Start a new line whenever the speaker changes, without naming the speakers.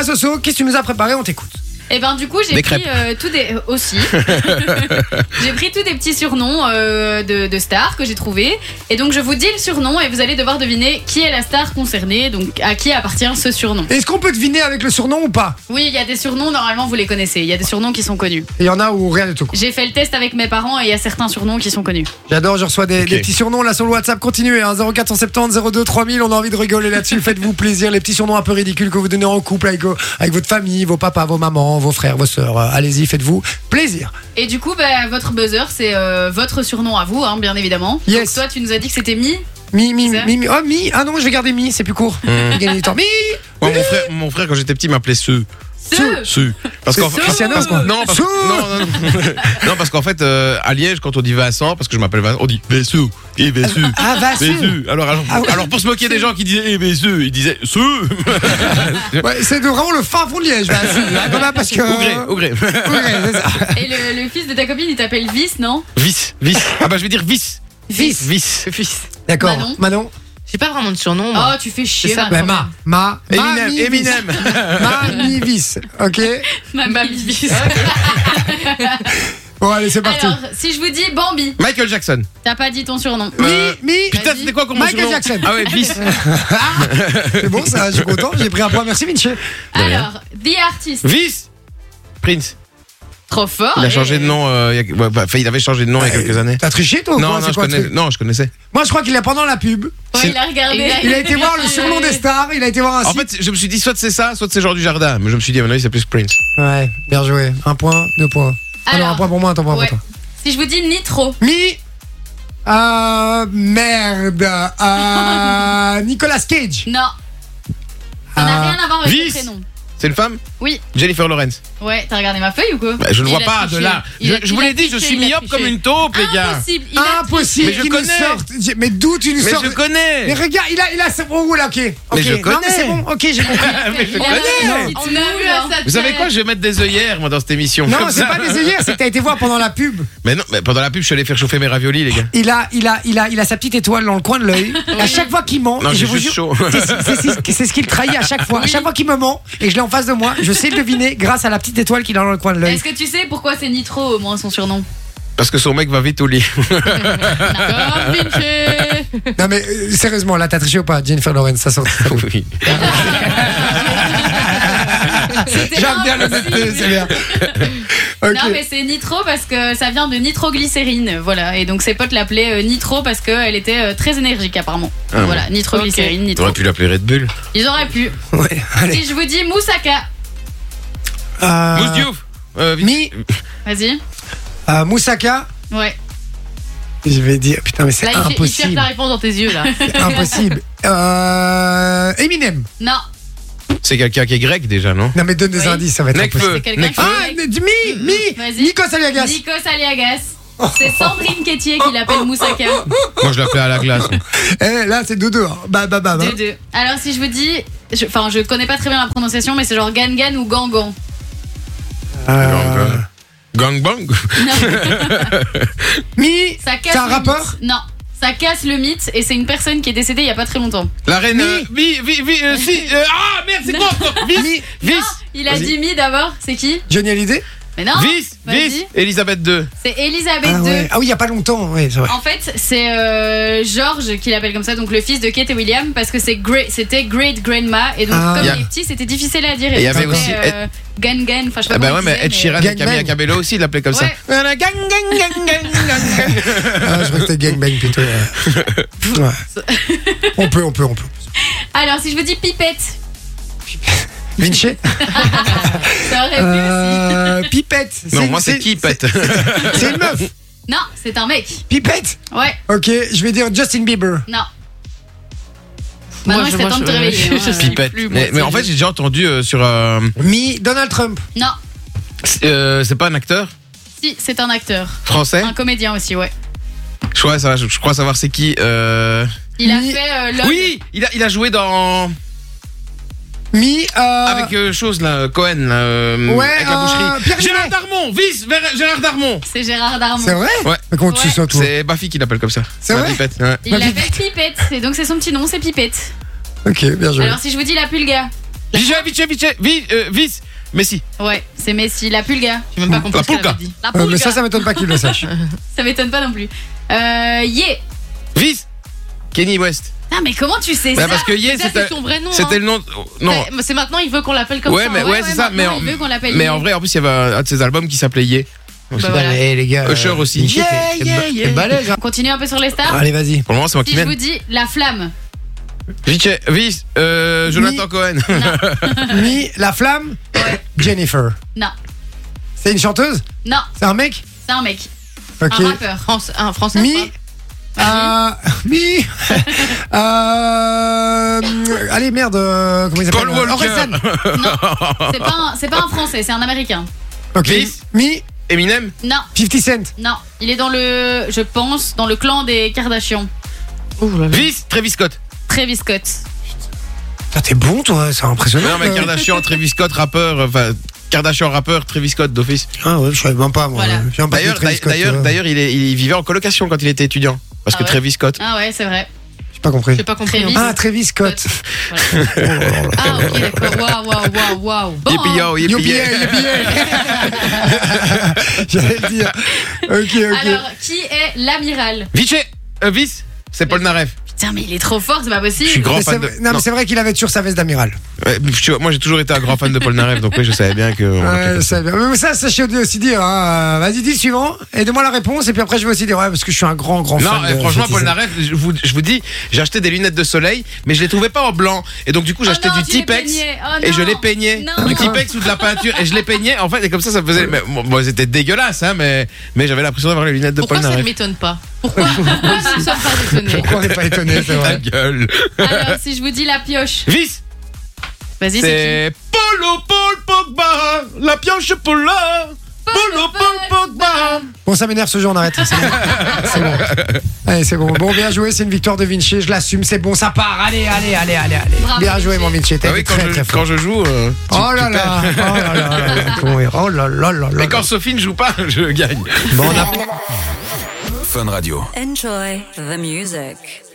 Ah, Soso, qu'est-ce que tu nous as préparé On t'écoute.
Et ben du coup j'ai
Des
pris
crêpes.
euh, tout des euh, aussi. j'ai pris tous des petits surnoms euh, de, de stars que j'ai trouvés et donc je vous dis le surnom et vous allez devoir deviner qui est la star concernée donc à qui appartient ce surnom.
Est-ce qu'on peut deviner avec le surnom ou pas
Oui il y a des surnoms normalement vous les connaissez il y a des surnoms qui sont connus.
Il y en a ou rien du tout. quoi.
J'ai fait le test avec mes parents et il y a certains surnoms qui sont connus.
J'adore, je reçois des,
Ok.
des petits surnoms là sur le WhatsApp. Continuez, hein, 0470 02 3000. On a envie de rigoler là-dessus. Faites-vous plaisir. Les petits surnoms un peu ridicules que vous donnez en couple avec, vos- avec votre famille, vos papas, vos mamans, vos frères, vos sœurs. Euh, Allez-y, faites-vous plaisir.
Et du coup bah, votre buzzer c'est euh, votre surnom à vous hein, bien évidemment.
Yes.
Donc toi tu nous as dit que c'était Mi.
Mi, mi,
C'est ça
mi, mi. Oh, mi. Ah non, je vais garder mi, c'est plus court.
Hmm.
J'ai gagné du temps. Mi
Moi, mon frère, mon frère quand j'étais petit, m'appelait Seu.
Ce.
Seu. Parce qu'en
C'est
fait.
Cristiano,
parce-
quoi.
Non, parce,
Seu.
non, non, non. Non, parce qu'en fait, euh, à Liège, quand on dit Vincent, parce que je m'appelle Vincent, on dit Vessou. Et Vessou.
Ah, va, Seu.
Vessou. Alors, alors,
Ah ouais.
alors, pour se moquer des gens qui disaient eh, Vessou, ils disaient Seu.
Ouais, C'est de- vraiment le fin fond de Liège, va, Seu, hein, quand même, parce que.
Au gré, au gré.
Ougré, c'est ça.
Et le, le fils de ta copine il t'appelle Vice non
Vice, vice. Ah bah, je vais dire vice. Vice.
D'accord.
Manon.
Manon.
J'ai pas vraiment de surnom.
Oh
Moi.
tu fais chier.
C'est
ma
ça,
Ouais,
grand-mère.
ma. Ma.
Eminem,
Mami Vis.
Eminem.
Mami Vis. Ok.
Oh, Ma
Mamie
mamie
Vis.
Bon, allez, c'est parti.
Alors, si je vous dis Bambi,
Michael Jackson.
t'as pas dit ton surnom.
Euh,
Mi, mi.
Putain, c'était quoi comme mon
Michael
surnom
Jackson.
Ah ouais, vice.
C'est bon, ça, je suis content. J'ai pris un point. Merci, Vinci.
Alors, The Artist.
Vice. Prince.
Trop fort.
Il a
Et-
changé de nom. euh, il y a- ouais, bah, enfin, il avait changé de nom il y a quelques années.
T'as triché, toi ou
Non,
quoi
non,
C'est
je
quoi le
connais-
truc
non, je connaissais.
Moi, je crois qu'il est pendant la pub.
Ouais, Oh, il a regardé.
Il a été voir le surnom des stars. Il a été voir un
En
site.
fait, je me suis dit soit c'est ça, soit c'est genre du jardin. Mais je me suis dit, à mon avis, c'est plus Prince.
Ouais, bien joué. Un point, deux points. Alors, un
Alors,
point pour moi, un point pour
ouais.
toi.
si je vous dis Nitro,
Mi. Euh, merde. Euh, Nicolas Cage.
non. Ça n'a
Ah.
rien à voir avec
Vis.
le prénom.
C'est une femme
Oui.
Jennifer Lawrence.
Ouais, t'as regardé ma feuille ou quoi
Bah, je ne
Il
vois
a
pas
triché.
de là.
Il
Je,
a-
je vous
il a
l'ai dit, je
triché,
suis
il a
myope comme
triché. Ah,
une taupe, les gars.
Impossible. Il a-
Impossible
Mais je
qu'il nous
connais.
sorte. Mais d'où tu nous
Mais
sors
je
Mais
connais.
regarde, il a, il a, oh là, ok. ok.
je
Non, mais
connais.
c'est bon, ok, j'ai compris.
Ah, Mais je
il a-
connais.
On a eu à sa
Vous savez
tête.
quoi Je vais mettre des œillères, moi, dans cette émission.
Non,
Comme
c'est
ça.
pas des œillères, c'est que t'as été voir pendant la pub.
Mais non, mais pendant la pub, je suis allé faire chauffer mes raviolis, les gars.
Il a, il a, il a, il a sa petite étoile dans le coin de l'œil. À chaque fois qu'il ment,
Non,
et je
j'ai
vous
juste
jure,
chaud.
c'est- c'est c'est- c'est ce qu'il trahit à chaque fois. À chaque fois qu'il me ment et je l'ai en face de moi, je sais le deviner grâce à la petite étoile qu'il a dans le coin de l'œil.
Est-ce que tu sais pourquoi c'est Nitro au moins son surnom
Parce que son mec va vite au lit.
Comme Vinci.
Non mais euh, sérieusement, là t'as triché ou pas, Jennifer Lawrence, ça sort.
Oui. Ah,
C'était
J'aime bien l'honnêteté,
impossible.
c'est bien. Ok.
Non mais c'est Nitro parce que ça vient de nitroglycérine, voilà. Et donc ses potes l'appelaient euh, Nitro parce qu'elle était euh, très énergique apparemment.
Ah,
voilà, nitroglycérine, nitro.
T'aurais pu l'appeler Red Bull.
Ils auraient pu.
Ouais, allez.
Si je vous dis Moussaka,
Euh,
Mousse Diouf. Euh, Vin-
Mi,
vas-y.
euh, Moussaka.
Ouais.
Je vais dire, putain mais c'est
Là, il, il cherche
impossible,
la réponse dans tes yeux, là.
c'est impossible. Euh, Eminem.
Non.
C'est quelqu'un qui est grec déjà, non
Non mais donne des
Oui.
indices, ça va être impossible.
Necfeu.
C'est quelqu'un
Necfeu.
qui-
Ah, mi, mi,
Vas-y.
Nikos Aliagas.
Nikos Aliagas.
Oh.
C'est Sandrine Quétier qui l'appelle Moussaka.
Moi, je l'appelais à la glace.
Eh, là, c'est 2-2. hein. Bah, bah, bah. bah.
Deux, deux. Alors si je vous dis, je- enfin je connais pas très bien la prononciation, mais c'est genre Gangan ou Gangan.
Ah,
Euh,
bah. Gangbang.
Mi,
Ça casse.
C'est un
le
rappeur
mythe. Non. Ça casse le mythe et c'est une personne qui est décédée il y a pas très longtemps.
La reine.
Mi.
euh, Vi, vi, vi, euh, si, euh, ah merde, c'est quoi encore Vis,
Mi,
vis,
Il a
Vas-y.
dit Mi d'abord. C'est qui
Johnny Hallyday
Mais non.
vis,
Ah, vas-y.
vis. Elisabeth II.
C'est Elisabeth
ah,
II.
ouais. Ah oui, il y a pas longtemps, oui, c'est vrai.
En fait, c'est euh, George qui l'appelle comme ça, donc le fils de Kate et William, parce que c'est great- c'était Great Grandma, et donc
Ah.
comme
Y a-
il est petit, c'était difficile à dire.
Et
Et
y avait
donc,
aussi
c'était, euh, Gan Gan, enfin je sais pas.
Ah bah
comment
ouais,
il
mais
disait,
Ed Sheeran et
Gangbang.
Camilla Cabello aussi, il l'appelait comme ça.
Ouais.
Voilà, Gang, gang, gang, gang, gang, gang.
Ah, je restais gangbang plutôt. ouais. Ouais. On peut, on peut, on peut.
Alors si je vous dis Pipette,
Vinci
ça aurait pu aussi.
Euh, Pipette.
Non, moi c'est qui, Pet
C'est une meuf.
Non, c'est un mec.
Pipette
Ouais,
Ok, je vais dire Justin Bieber.
non. Maintenant, il
je-
serait temps de te
je-
réveiller,
je-
hein.
je sais
Pipette.
plus, moi,
Mais, mais en fait, j'ai déjà entendu euh, sur. euh,
Mi, Donald Trump.
Non,
c'est- euh, c'est pas un acteur
si, c'est un acteur.
français
Un comédien aussi, ouais.
je crois, ça, je, je crois savoir c'est qui. euh,
Il a
Oui.
fait euh, l'homme.
Oui, il a, il a joué dans.
Mi, euh,
Avec euh, chose là, euh, Cohen, là, euh,
Ouais,
avec la
euh,
boucherie.
Pierre
Gérard
Junet.
Darmon, vice vers- Gérard Darmon.
C'est Gérard Darmon.
C'est vrai
Ouais.
Mais comment tu
Ouais.
sais ça, toi
C'est Bafi qui l'appelle comme ça.
C'est
La
vrai
pipette, ouais.
Il l'appelle Pipette, et donc c'est son petit nom, c'est Pipette.
Ok, bien joué.
Alors si je vous dis la pulga,
Vijay, Vijay, Vijay, Vi- euh, Vis, Messi.
Ouais, c'est Messi, la pulga.
J'ai même pas compris
La
ce qu'elle
polka.
avait dit.
La
Euh,
pulga.
mais ça,
ça,
ça m'étonne pas qu'il le sache.
m'étonne pas non plus. Euh, yeah.
Vis, Kenny West.
Ah, mais comment tu sais
Bah,
ça
parce que Ye,
Mais ça, c'est
c'était
son vrai nom.
c'était
hein.
le nom. Non,
Mais- mais C'est maintenant, il veut qu'on l'appelle comme
Ouais,
ça.
mais- ouais, c'est ça, mais
maintenant,
en-
il veut qu'on l'appelle
mais
Ye.
en vrai, en plus, il y avait un un de ses albums qui s'appelait Ye. Donc,
Bah,
c'est-
voilà.
Eh, les gars.
Usher aussi.
Michel,
Yeah,
t'es-
yeah,
t'es
yeah.
balèze, hein.
On continue un peu sur les stars.
Allez, vas-y.
Pour le moment, c'est moi
Si
qui
je vous
mène.
dis la flamme.
Vijay, Vis, euh, Jonathan
Mi-
Cohen.
Mi, la flamme,
Ouais.
Jennifer.
Non,
C'est une chanteuse
non,
C'est un mec
c'est un mec,
Ok.
un rappeur.
France, un français.
Mi. Euh, mi. euh, allez, merde. euh, comment il s'appelle
Paul Walker.
Orelsan.
C'est pas, un- c'est pas un français, c'est un américain.
Ok.
Vis.
Mi.
Eminem.
Non,
50 Cent.
non, il est dans le, je pense, dans le clan des Kardashian.
Ouh là là.
Vis, Travis Scott.
Travis Scott.
Putain, Ah, T'es bon, toi, c'est impressionnant.
Non, mais
euh.
Kardashian, Travis Scott, rappeur. Enfin, Kardashian, rappeur, Travis Scott d'office.
Ah ouais, je savais même pas, moi.
Voilà.
Je suis un peu
D'ailleurs,
Travis
d'ailleurs,
Scott,
d'ailleurs,
euh,
d'ailleurs, il, est- il vivait en colocation quand il était étudiant. Parce
Ah
que
ouais
Travis Scott.
Ah ouais, c'est vrai.
J'ai pas compris.
J'ai pas compris.
Très
hein.
Ah, Travis Scott. Oh
Ah ok, d'accord. Waouh, waouh, waouh, waouh. Bon,
Yippee
hein.
yo, yippee
Youpi,
yeah.
youpi. J'allais le dire. Ok, ok.
Alors, qui est l'amiral
Vichy, euh, Vice, c'est Paul Naref.
Putain, mais il est trop fort, c'est pas possible.
Je suis grand
Mais c'est
fan de.
vrai- Non, mais c'est vrai qu'il avait toujours sa veste d'amiral.
Ouais, pff, tu vois, moi j'ai toujours été un grand fan de Paul Naref, donc oui, je savais bien que. on l'appelait
Ouais,
comme
ça,
ça.
mais ça, sachez aussi dire. hein, euh, Vas-y, dis le suivant et donne-moi la réponse. Et puis après, je vais aussi dire ouais, parce que je suis un grand, grand
Non,
fan.
eh,
de
franchement,
Fifty
Paul
Cent.
Naref, je vous, je vous dis, j'ai acheté des lunettes de soleil, mais je les trouvais pas en blanc. Et donc, du coup, j'ai
Oh
acheté
non,
du
tu les
Tipex.
peignais. Oh
et je
non.
les peignais.
Non.
Du
Ah.
Tipex ou de la peinture. Et je les peignais, en fait. Et comme ça, ça faisait. Mais, bon, bon, c'était dégueulasse, hein, mais, mais j'avais l'impression d'avoir les lunettes de
Pourquoi
Paul
ça ne
Naref.
m'étonne pas Pourquoi Pourquoi nous ne sommes pas étonnés
Pourquoi on n'est pas étonné, c'est
Ta
vrai.
gueule.
Alors, si je vous dis la pioche,
Vice,
vas-y, c'est
c'est Polo Paul Pogba, la pioche Polo. Polo Paul Pogba.
Bon, ça m'énerve ce jeu, on arrête. C'est bon. C'est bon. Allez, c'est bon. Bon, bien joué, c'est une victoire de Vinci. Je l'assume, c'est bon, ça part. Allez, allez, allez, allez, allez.
Bravo,
bien joué,
Vinci.
mon Vinci. T'as
Ah oui,
été
quand,
très,
je,
très
quand
fort.
je joue. euh, tu-
Oh là
tu
là,
perds.
oh là là, la con, oui. oh là là là là.
Mais quand Sophie ne joue pas, je gagne.
Bon, on a-
Fun Radio.
Enjoy the music.